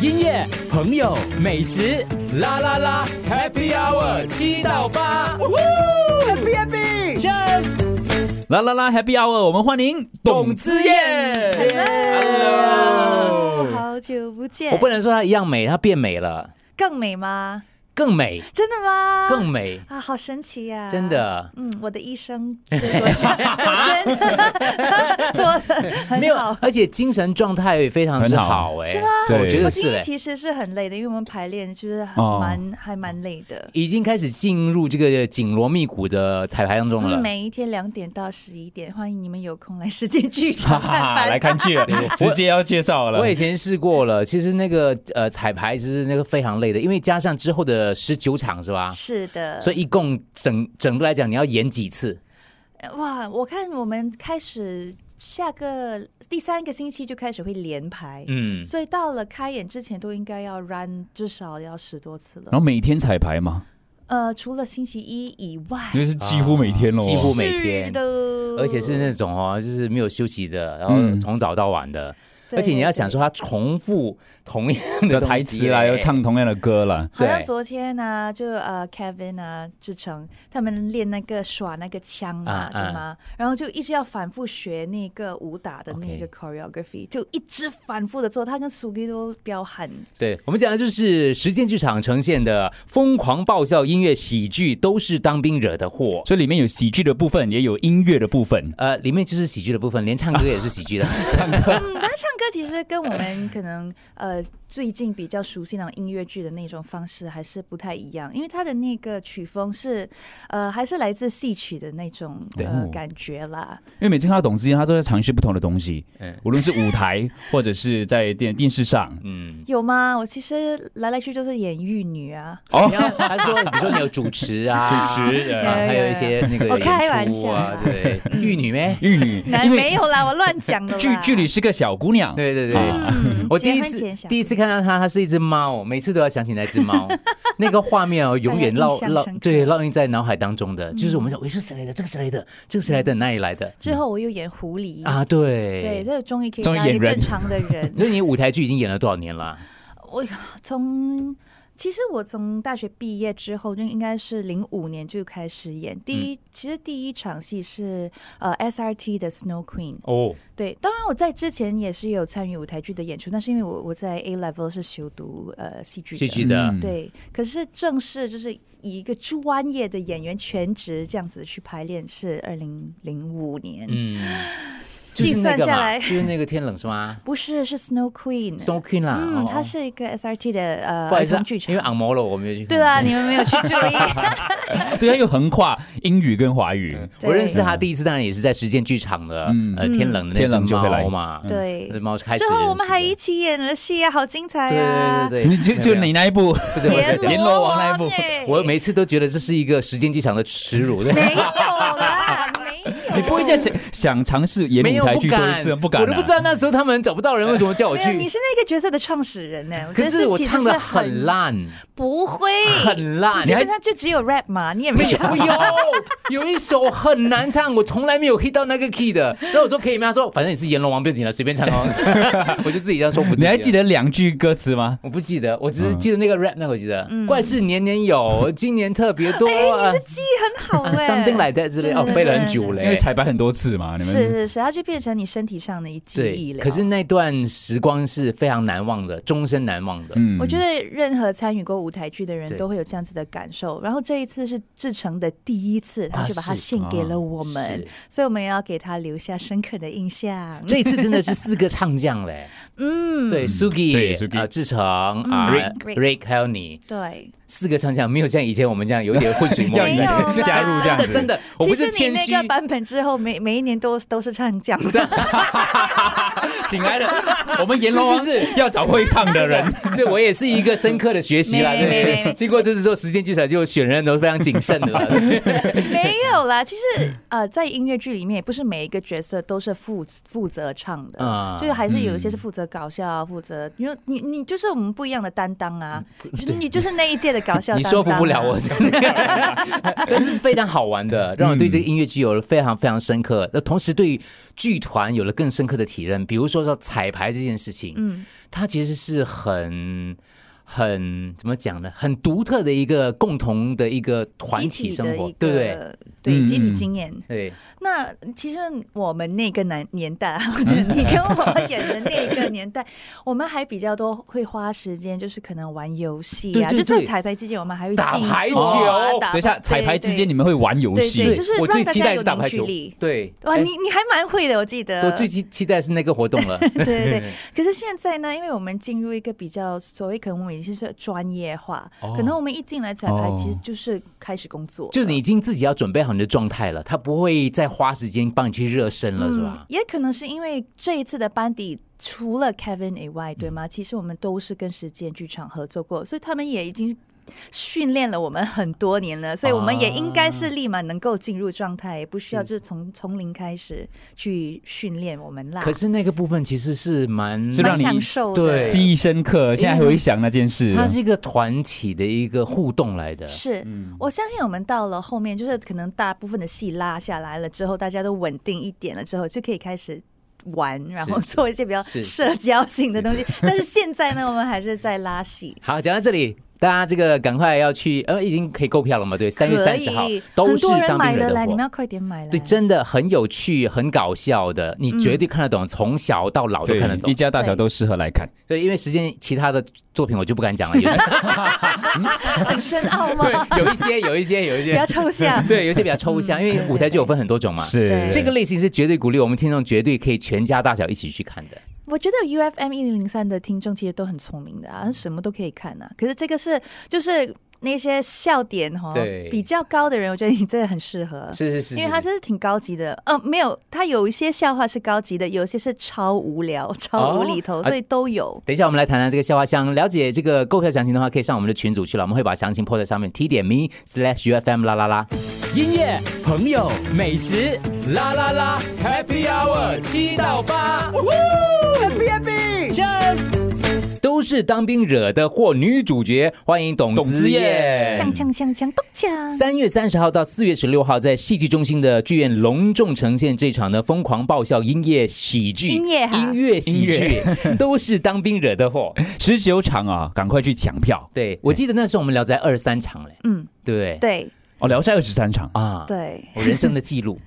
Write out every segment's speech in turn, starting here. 音乐、朋友、美食，啦啦啦，Happy Hour 七到八，Happy Happy， ，Cheers！啦啦啦，Happy Hour，我们欢迎董姿燕。Hello 好久不见，我不能说她一样美，她变美了，更美吗？更美，真的吗？更美，啊，好神奇呀、真。的。嗯，我的 一生做过事我真的做的没很有好，，而且精神状态非常之很好好，哎，是吗我对觉我得今是天哎，其实是很累的，因为我们排练就是还哦蛮、还蛮累的。已经开始进入这个紧锣密鼓的彩排当中了嗯，。每一天两点到十一点，欢迎你们有空来世界剧 场看哈，班。来看 剧了，直接要介绍了我。以前试过了，其实那个呃彩排其实那个非常累的，因为加上之后的十九场是吧？是的，所以一共整整个来讲，你要演几次？哇，我看我们开始下个第三个星期就开始会连排，嗯，所以到了开演之前都应该要 run 至少要十多次然后了。每天彩排嘛，呃，除了星期一以外，就是几乎每天咯。几乎每天是的，而且是那种哦，就是没有休息的，然后嗯从早到晚的，对而且你要想说他重复同样的的哎东西台词啦，要。唱同样的歌啦。好像对昨天呢、就呃 Kevin 啊、志成他们练那个耍那个枪啊啊，对啊吗？然后就一直要反复学那个武打的那个 choreography，就一直反复的做。他跟苏 g 都彪悍，对我们讲的就是实践剧场呈现的疯狂爆笑音乐喜剧，都是当兵惹的祸。所以里面有喜剧的部分，也有音乐的部分。呃，里面就是喜剧的部分，连唱歌也是喜 剧的。 嗯，他唱歌其实跟我们可能呃最近比较熟悉那种音乐剧的那种方式还是不太一样，因为他的那个曲风是呃还是来自戏曲的那种对呃哦感觉啦。因为每次看到董之前，他都在尝试不同的东西嗯，无论是舞台或者是在电电视上。嗯，有吗？我其实来来去就是演玉女 啊，哦然后他 说，比如说你有主持啊，主持哎人啊还有一些那个我开演玩出啊，笑对，玉女咩？玉女，那因哎没为有啦，我乱讲的啦。剧剧里是个小姑娘，对对对，啊嗯，我第一结婚次前想第一次看到它，它是一只猫，每次都要想起那只 猫，那个画面哦，永远大家烙印象烙深刻嗯对烙印在脑海当中的，就是我们想，喂，这是谁来的？这个谁来的？这个谁来的？哪里来的？之后我又演狐狸，啊，嗯对，对，这终于可以终于当一演个人正常的人。所以你舞台剧已经演了多少年了？我从其实我从大学毕业之后，就应该是零五年就开始演。嗯第一，其实第一场戏是呃 SRT 的 Snow Queen。哦，对，当然我在之前也是有参与舞台剧的演出，但是因为我我在 A level 是修读呃戏剧的戏剧的嗯对，可是正式就是以一个专业的演员全职这样子去排练是二零零五年，嗯，就是那个计算下嘛，来就是那个天冷是 吗不是是 Snow Queen， ？Snow Queen 啦，嗯，哦它是一个 SRT 的呃不好儿意思啊童剧，场因为 a m o r o 我没有去看。对啊，你们没有去注意， 对，它又横跨英语跟华语。对我认识他第一次，当然也是在实践剧场的，嗯呃，天冷的天冷那只就会来猫嘛，嗯嗯对那只。猫开始之认识的。后我们还一起演了戏啊，好精彩啊！对对你对对，就就嗯没有你那一部，不是我在讲阎阎罗罗王王那一部哎我每次都觉得这是一个时间剧场的耻辱，对。没有啦，没有。你不会再想想尝试演没有舞台不剧多一次，敢，不敢啊，我都不知道那时候他们找不到人，为什么叫我没有，你去？是那个角色的创始人呢、我觉 可得是我其实唱的是很，烂，不会，很烂，基本上就只有 rap 嘛，你也没唱哎。呦，有一首很难唱，我从来没有 hit 到那个 key 的。然后我说可以吗？他说反正你是阎罗王，不用紧了，随便唱哦。 我就自己这样说服自己。啊你还记？得两句歌词吗？我不记得，我嗯只是记得那个 rap 那个我记得。怪事年年有， 今年特别多啊嗯哎你的记忆 很好啊哎、 ，something like that 之类的，哦，真的背了很久真因为嘞。彩排很多次嘛，你是们是是，它就变成你身体上的一记对，忆了。可是那段时光是非常难忘的，终身难忘的。嗯我觉得任何参与过舞台剧的人对都会有这样子的感受。然后这一次是志成的第一次，他就把它啊是哦献给了我们，是所以我们也要给他留下深刻的印象。这一次真的是四个唱将嘞， 嗯，对对，Sugi ，Suki 啊，志成啊 Rick ，Rick 还有你，对，四个唱将没有像以前我们这样有点浑水摸要鱼你没有啦加入这样真子，的真的，我不是其实谦你虚那，个版本之后，每每一年都都是唱将。请来的，我们哦阎罗王是是嗯要找会唱的人， 这我也是一个深刻的学习啦。没没没对，没经过这次之后，时间剧场就选人都是非常谨慎的 了。没有啦，其实呃，在音乐剧里面，也不是每一个角色都是负负责唱的，啊就是还是有一些是负责搞笑啊，负责因为你你就是我们不一样的担当啊，就是你就是那一届的搞笑、担嗯 你说服当啊 啊不了我，。但是非常好玩的，让我对这个音乐剧有了非常非常深嗯刻，那同时对于剧团有了更深刻的体认。比如说说彩排这件事情，嗯，它其实是很。很怎么讲呢？很独特的一个共同的一个团集体体生的活一，对不对？个对集体嗯经验。对，那其实我们那个年年代，或者你跟我们演的那个年代，我们还比较多会花时间，就是可能玩游戏对啊，对就在对彩排之间，我们还会打竞排速 啊球打等一下，对彩排之间对你们会玩游戏，对就是我让最大期家待有是打凝排聚球力，对，哇，哎你你还蛮会的，我记得。我最期期待是那个活动了， 对对对。可是现在呢，因为我们进入一个比较所谓，可能我们已经是专业化，可能我们一进来彩排，哦其实就是开始工作了，就是你已经自己要准备好你的状态了，他不会再花时间帮你去热身了，是吧？嗯也可能是因为这一次的班底除了 Kevin 以外，对嗯吗？其实我们都是跟实践剧场合作过，所以他们也已经。训练了我们很多年了，所以我们也应该是立马能够进入状态，也不需要就是从从零开始去训练我们啦。可是那个部分其实是蛮，是蛮让你享受的，对记忆深刻，现在还回想那件事。它是一个团体的一个互动来的。嗯是，我相信我们到了后面，就是可能大部分的戏拉下来了之后，大家都稳定一点了之后，就可以开始。玩，然后是做一些比较是社交性的 东西。但是现在呢，我们还是在拉戏。好，讲到这里，大家这个赶快要去，呃，已经可以购票了嘛？对，三月三十号可以都很是多人当买兵了人的来，你们货。要快点买来。对，真的很有趣，很搞笑的，你嗯绝对看得懂，从小到老都对看得，一懂。家大哦小都适合来看。对，因为时间其他的作品我就不敢讲了，有些很深奥吗？ 有一些，有一些，有一 比较些，。抽 象对，有一些比较抽嗯象，因为舞台剧有分很多种嘛。是这个类型是绝对鼓励我们听众，绝对可以全家大小一起去看的。我觉得 U F M 一零零三的听众其实都很聪明的啊，什么都可以看啊。可是这个是就是那些笑点哈对，比较高的人，我觉得你真的很适合。是是是，因为它真是挺高级的，呃，没有，它有一些笑话是高级的，有些是超无聊、 超无厘头，啊所以都有。等一下，我们来谈谈这个笑话箱。了解这个购票详情的话，可以上我们的群组去了，我们会把详情 po 在上面。t 点 me slash ufm 啦啦啦。音乐、朋友、美食，啦啦啦，Happy Hour 七到八，Happy Happy Cheers，都是当兵惹的祸。女主角，欢迎董董子子燕燕。锵锵锵锵，咚锵！三月三十号到四月十六号，在戏剧中心的剧院隆重呈现这场呢疯狂爆笑音乐喜剧，音乐哈音乐喜剧， 都是当兵惹的祸。十九场啊，赶快去抢票对，我记得那时候我们聊在二三场嘞，嗯，对不对？对哦！聊斋二十三场，啊，对我人生的记录，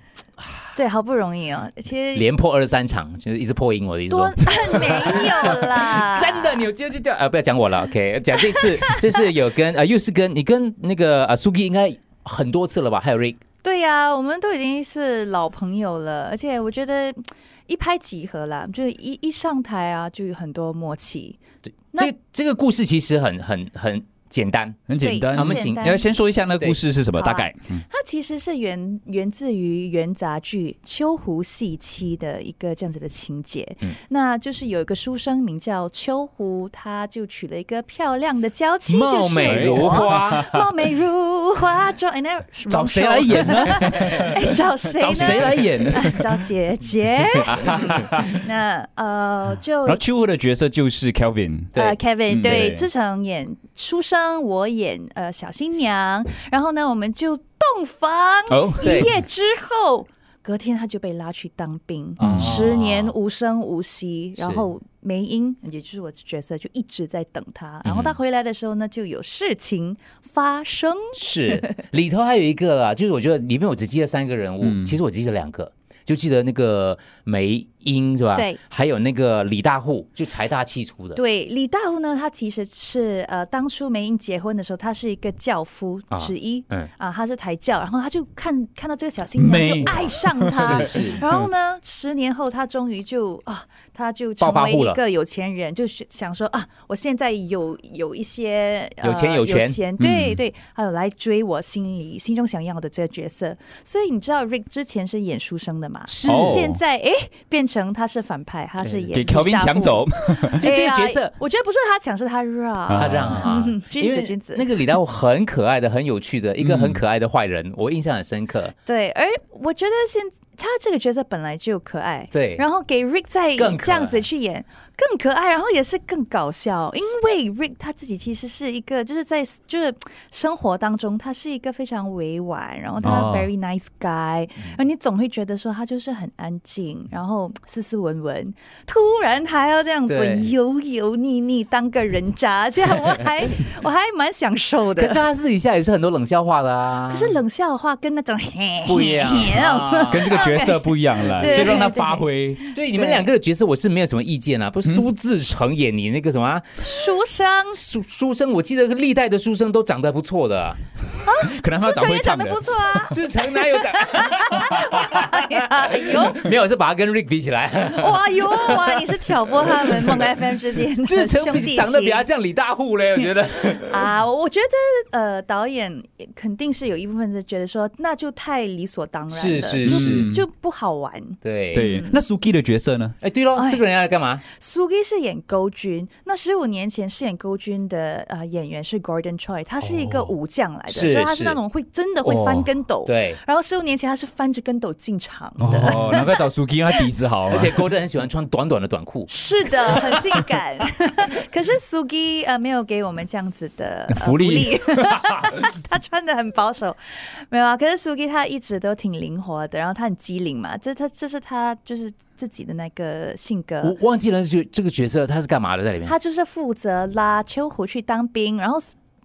对，好不容易哦，其实连破二十三场，就是一直破音。我的意思多。说 没有啦，真的，你有接就掉啊！不要讲我了，OK？讲这次， 这次有跟啊、又是跟你跟那个啊苏 i 应该很多次了吧？还有 Rick，对呀、我们都已经是老朋友了，而且我觉得嗯一拍即合啦，就是一一上台啊，就有很多默契。那这个这个故事其实很很很简单，很简单。我对们很请简单要先说一下那个故事是什么，对大概它其实是源源自于元杂剧《秋胡戏妻》的一个这样子的情节。嗯那就是有一个书生名叫秋胡，他就娶了一个漂亮的娇妻，就貌是啊美如我，花，貌美如花妆。哎，那找谁来？演呢？ 哎，找谁呢？找谁来？演呢？ 找姐 姐。嗯那呃，就然后秋后的角色就是 Kelvin，对呃，Kevin 嗯对对志成演书生，我演呃小新娘，然后呢，我们就洞房哦，对一夜之后，隔天他就被拉去当兵，哦十年无声无息，啊是然后梅英也就是我的角色就一直在等嗯他，然后他回来的时候呢，就有事情发生，是里头还有一个啊，就是我觉得里面我只记得三个人物，嗯其实我记得两个，就记得那个梅英是吧？对，还有那个李大户，就财大气粗的，对，李大户呢，他其实是呃，当初梅英结婚的时候，他是一个教夫啊之一，嗯啊，他是抬轿，然后他就看看到这个小新娘美就爱上他。 是是然后呢，十年后他终于就啊，他就成暴发为户一了个有钱人，就是想说啊，我现在有有一些、呃、有钱嗯有有权对对，还有来追我心里心中想要的这个角色。所以你知道，Rick 之前是演书生的嘛？是哦现在哎，变成他是反派，他是演给李大 Kelvin 抢户走，就这个角色哎呀我觉得不是他抢，是他让。他让啊嗯，君子君子那个李大户很可爱的，很有趣的一个很可爱的坏人，我印象很深刻。对，而我觉得现他这个角色本来就可爱，对然后给 Rick 再更可爱这样子去演，更可爱，然后也是更搞笑。因为 Rick 他自己其实是一个，就是在就是生活当中，他是一个非常委婉，然后他哦 very nice guy，、然后你总会觉得说他就是很安静，然后斯斯文文，突然他要这样子对油油腻腻当个人渣，这样我还我还蛮享受的可。是他私底下也是很多冷笑话的啊。可是冷笑的话跟那种嘿不一样嘿嘿那种 啊跟这个角色不一样了， 对就让他发挥。对你们两个的角色，我是没有什么意见啦。啊不是苏志成演你那个什么啊书生，书书生，我记得历代的书生都长得不错的啊。可能他书长生会也唱长得的，不错啊。志成哪有长？哎呦， 没有，是把他跟 Rick 比起来，哇哟哇！你是挑拨他们 梦 FM 之间的志成兄弟比长得比情较像李大户嘞，我觉 得。啊？我觉得呃，导演肯定是有一部分是觉得说，那就太理所当然是了， 是就是嗯就不好玩。对。对，那 Suki 的角色呢？哎，对喽哎，这个人要干嘛？苏基是演勾军，那十五年前饰演勾军的呃演员是 Gordon Choi，他是一个武将来的，哦是所以他是是哦那种会真的会翻跟斗。。对，然后十五年前他是翻着跟斗进场的，哦，难怪找 Suki，因为他底子好啊， 而且郭德很喜欢穿短短的短裤。是的，很性感。 可是 Sugi 呃没有给我们这样子的、呃、福利 他穿的很保守，没有啊。可是 Sugi 他一直都挺灵活的，然后他很机灵嘛，这他这是他就是自己的那个我性嗯格。忘记了这这个角色他是干嘛的在里面。呃他就是负责拉秋胡去当兵，然后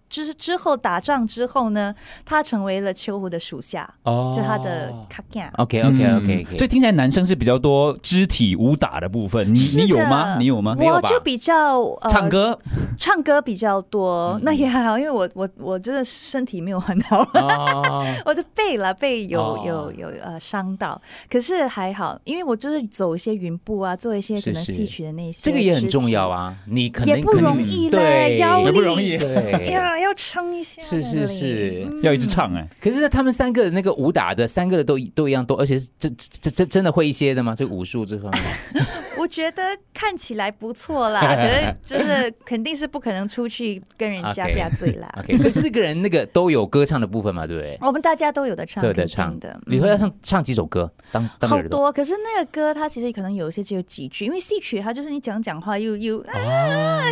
就是之后打仗之后呢，他成为了秋胡的属下，哦 就他的卡卡。啊 OK 嗯 OK OK OK，所以听起来男生是比较多肢体武打的部分，你你有是吗？的你有吗？有我吧就比较、呃、唱歌唱歌比较多，嗯那也还好，因为我我我真的身体没有很好，啊 我的背啦背有、哦有有呃伤到，可是还好，因为我就是走一些云步啊，做一些可能是是戏曲的那些，这个也很重要，啊，你可能也不容易嘞，对，腰力也不容易 对，呀，要撑一下，是是是。。嗯要一直唱哎，可是呢，他们三个的那个武打的三个的都一都一样多，而且是这这这真的会一些的吗？这武术这方面，我觉得看起来不 错啦，可是就是肯定是不可能出去跟人家 OK 吧嘴啦。 OK，所以四个人那个都有歌唱的部分嘛，对不对？我们大家都有的唱，都有的肯定唱的，嗯你会要唱唱几首歌？当当好耳朵多，可是那个歌它其实可能有一些只有几句，因为戏曲它就是你讲讲话又又哦啊，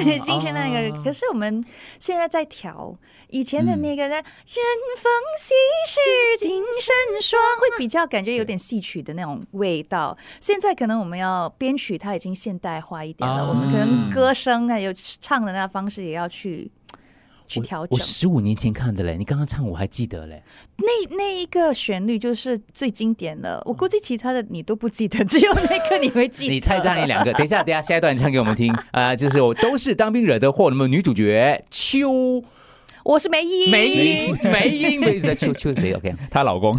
进去那个。可是我们现在在调以前的那个呢，人逢喜事精神爽，会比较感觉有点戏曲的那种味道。现在可能我们要编曲，它已经现代化一点了，啊我们可能歌声还有唱的那方式也要去。去调我整十五年前看的嘞，你刚刚唱我还记得嘞。那那一个旋律就是最经典了，我估计其他的你都不记得，只有那个你会记得。你猜唱一两个， 等一下，等一下，下一段唱给我们听 啊、就是我都是当兵惹的祸，那么女主角秋我是梅姨，梅英，梅英 的意思，秋秋是谁？OK，她老公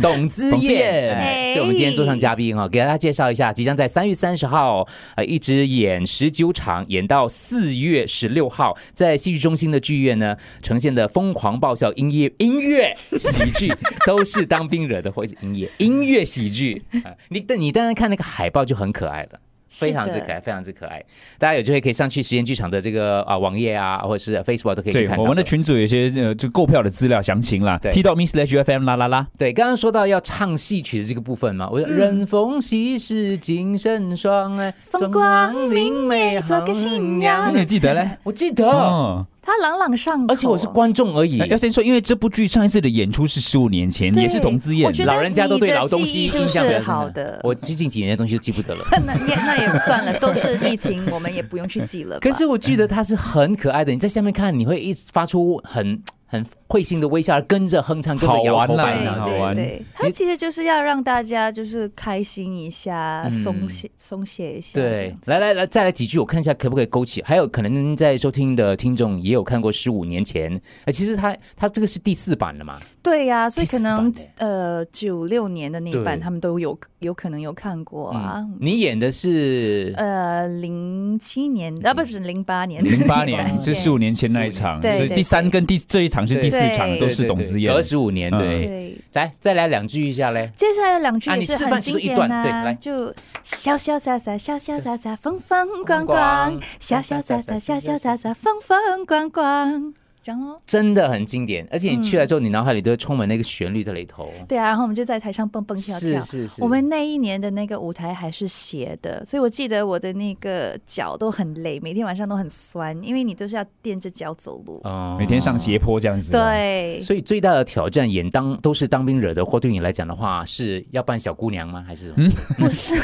董姿董姿燕燕哎哎是我们今天桌上嘉宾哈、哦，给大家介绍一下，即将在三月三十号呃一直演十九场，演到四月十六号，在戏剧中心的剧院呢呈现的疯狂爆笑音乐音乐喜剧，都是当兵惹的祸，音乐音乐喜剧 啊，你但你当然看那个海报就很可爱了。的非常之可爱，非常之可爱。大家有机会可以上去实验剧场的这个啊网页啊，或者是 Facebook 都可以去对看到。我们的群组有些呃就购票的资料详情啦对，t 到 miss slash fm 啦啦啦，对，刚刚说到要唱戏曲的这个部分嘛，我、嗯人逢喜事精神爽哎，风光明媚做个新娘你记得嘞？我记得，哦，他朗朗上口，啊而且我是观众而哦已。要先说，因为这部剧上一次的演出是十五年前，对也是童姿燕我，觉得老人家都对老东西你的记忆印象比较就是深好的我最近几年的东西都记不 得了。那也那也算了， 都是疫情，我们也不用去记了吧。可是我记得他是很可爱的，你在下面看，你会一直发出很很会心的微笑，跟着哼唱，跟着摇头好玩啦摆对脑好对玩对，他其实就是要让大家就是开心一下，松懈松懈一下。嗯这对样，子来来来，再来几句，我看一下可不可以勾起。还有可能在收听的听众也有看过十五年前，哎，其实他他这个是第四版了嘛？对呀，所以可能第四版呃九六年的那一版对他们都有有可能有看过啊。嗯你演的是呃，零七嗯年啊，不是零八年，零八年是对十五年前那一场，对所以对第三跟第这一场是第对四场对都是董子燕呃隔。十五年，嗯对， 对。来再来两句一下嘞。接下来的两句啊也你是示很范是经不是一典段呐、对来就潇潇洒洒，潇潇洒洒，风风光光光，潇潇洒洒，潇潇洒洒，风风光光，这样哦。真的很经典，而且你去了之后，你脑海里都充满那个旋律在里头。对啊，然后我们就在台上蹦蹦跳是跳。是是，我们那一年的那个舞台还是斜的，所以我记得我的那个脚都很累，每天晚上都很酸，因为你都是要垫着脚走路。哦每天上斜坡这样子，，啊啊对，所以最大的挑战，演当都是当兵惹的祸，对你来讲的话，是要扮小姑娘吗？还是什么？嗯不是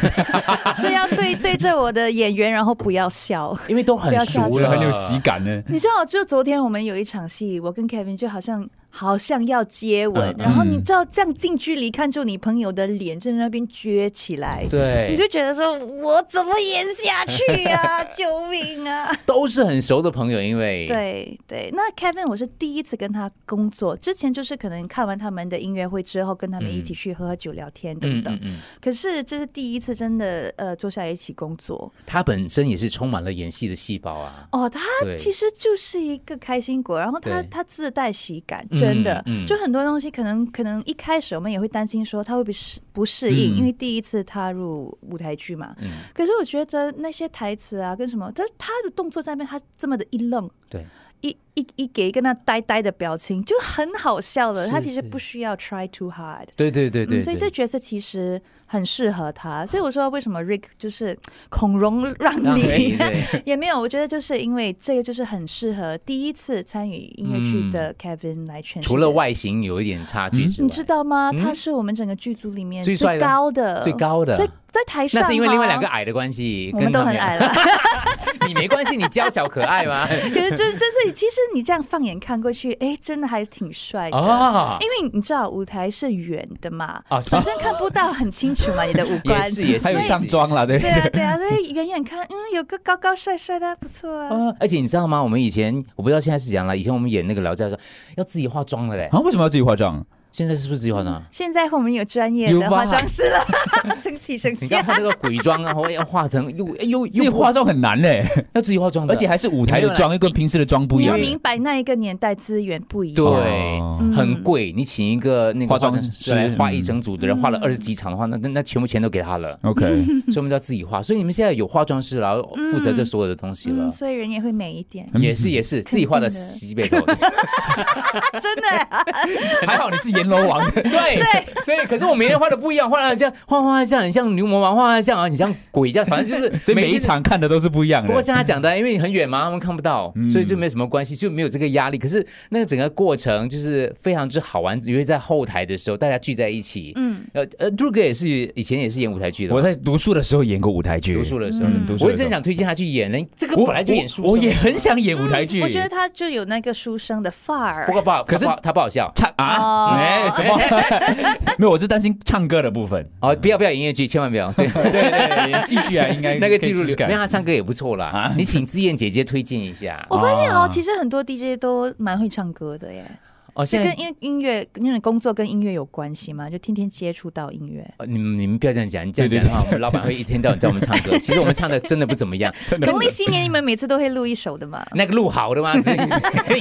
是要对对着我的演员，然后不要笑。因为都很熟我觉了，得很有喜感呢。 你知道，就昨天我们有一场戏，我跟 Kevin 就好像好像要接吻，嗯然后嗯你知道这样近距离看住你朋友的脸在那边撅起来，对，你就觉得说我怎么演下去 啊？救命啊！都是很熟的朋友，因为对对，那 Kevin 我是第一次跟他工作，之前就是可能看完他们的音乐会之后，跟他们一起去喝喝酒、聊天等嗯等。嗯嗯，可是这是第一次真的呃坐下来一起工作他本身也是充满了演戏的细胞啊。哦，他对，其实就是一个开心果，然后它对它自带喜感，嗯真的，嗯就很多东西可能可能一开始我们也会担心说他会不会适不适应，嗯因为第一次踏入舞台剧嘛。嗯可是我觉得那些台词啊，跟什么，他他的动作在那边，他这么的一愣，对，一一一给一个那呆呆的表情，就很好笑了。是他其实是不需要 try too hard。对对对对嗯，所以对这角色其实很适合他，所以我说为什么 Rick 就是孔融让让梨你，对 也没有，我觉得就是因为这个就是很适合第一次参与音乐剧的 Kevin 来诠释。嗯除了，外形有一点差距之外，你知道吗？嗯他是我们整个剧组里面最帅的高的，最高的所以在台上那是因为哈另外两个。矮的关系，我们跟都他很没有矮，了， 你没关系，你娇小可爱 嘛。可是这这是其实你这样放眼看过去，哎，真的还挺帅的。哦，因为你知道舞台是圆的嘛，哦是反正看不到很清楚嘛，你的五官。也是也是还有上妆啦，对不对啊，对啊，所以远远看，嗯，有个高高帅帅的，不错啊。啊而且你知道吗？我们以前我不知道现在是怎样了，以前我们演那个聊斋的时候要自己化妆的嘞，啊，为什么要自己化妆？现在是不是自己化妆？现在我们有专业有的吧化妆师 了，生气生你气看。他那个鬼妆啊，我要化成又又自己又化妆很 难嘞，要自己化妆的，而且还是舞台的妆，又跟平时的妆不一你要样。明白那一个年代资源不一样。对哦嗯很贵。你请一个那个化妆师师来画一嗯整组的人，画了二十几场的话，那那那全部钱都给他了， OK，嗯所以我们都要自己画。所以你们现在有化妆师，然后负责这所有的东西了嗯，。所以人也会美一 点，嗯也是也是，自己画的肯定的西北 头，真的啊、还好你是阎 罗王，对对，所以可是我每天画的不一样，画了这样，画画这样，很像牛魔王，画画这样，很像鬼这样，反正就是， 所以每一。场看的都是不一样不过的。像他讲的，因为你很远嘛，他们看不到，嗯所以就没有什么关系，就没有这个压力。可是那个整个过程就是非常之好玩，因为在后台的时候大家聚在一起，嗯，呃呃，杜哥也是以前也是演舞台剧的嘛，我在读书的时候演过舞台剧，读书的时候，嗯读书的时候我一直很想推荐他去演呢。这个我本来就演书生我我也很想演舞台剧。我觉得他就有那个书生的范儿不。过不好，可可是是他不好笑唱哦啊，哎，什么？ 没有，我是担心唱歌的部分。哦，不要不要演音乐剧，千万不要。 对，对对对，演戏剧啊， 应该那个记录可以试流试，看没有他唱歌也不错啦。你请志燕姐姐推荐一下我发现哦，啊其实很多 DJ 都蛮会唱歌的耶，哦。现这在跟因为音乐，因为你工作跟音乐有关系嘛，就天天接触到音乐。哦你们你们不要这样讲，你这样讲的话，我们老板会一天到晚叫我们唱歌。其实我们唱的真的不怎 么样，真的农历新年你们每次都会录一首的嘛？那个录好的嘛，只是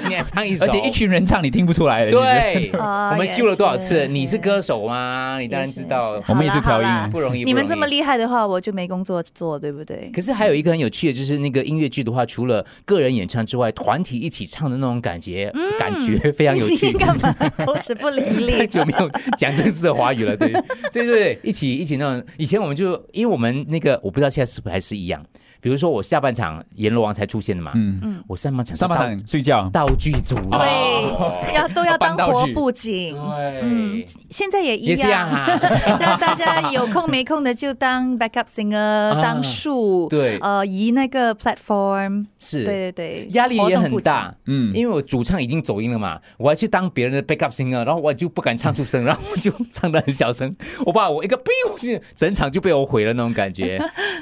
应该唱一首，而且一群人唱你听不出来的。其实，对，哦啊我们修了多少次？也是你是歌手吗？你当然知道也，我们也是好啦调音好啦不容易。你们不容易这么厉害的话，我就没工作做，对不对？可是还有一个很有趣的，就是那个音乐剧的话，除了个人演唱之外，团体一起唱的那种感觉，感觉非常有嗯 你今趣 天。干嘛口齿不伶太俐？久没有讲正式的华语了，对 对对对，一起一起那种。以前我们就因为我们那个，我不知道现在是不是还是一样。比如说我下半场阎罗王才出现的嘛，嗯嗯，我上半场是上半道场睡觉。道具组的，哦 对，要都要当搬道活具布景。嗯对，现在也一也是一样啊样，哈， 让大家有空没空的就当 backup singer，当树， 啊对呃，移那个 platform，对 是对对，压力也很活动大。嗯，因为我主唱已经走音了嘛，我还去当别人的 backup singer，然后我就不敢唱出声，然后我就唱的很小声，我把我一个 biu，整场就被我毁了那种感觉。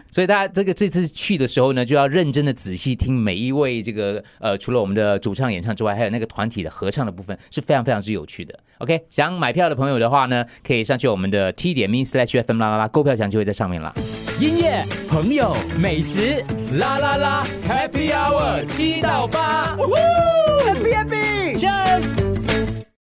所以大家这个这次去的时候呢，就要认真的仔细听每一位这个呃，除了我们的主唱演唱之外，还有那个团体的合唱的部分是非常非常之有趣的。OK，想买票的朋友的话呢，可以上去我们的 t 点 me slash fm 啦啦啦，购票详情会在上面啦。音乐、朋友、美食，啦啦啦，Happy Hour 七到八，Happy Happy，Cheers。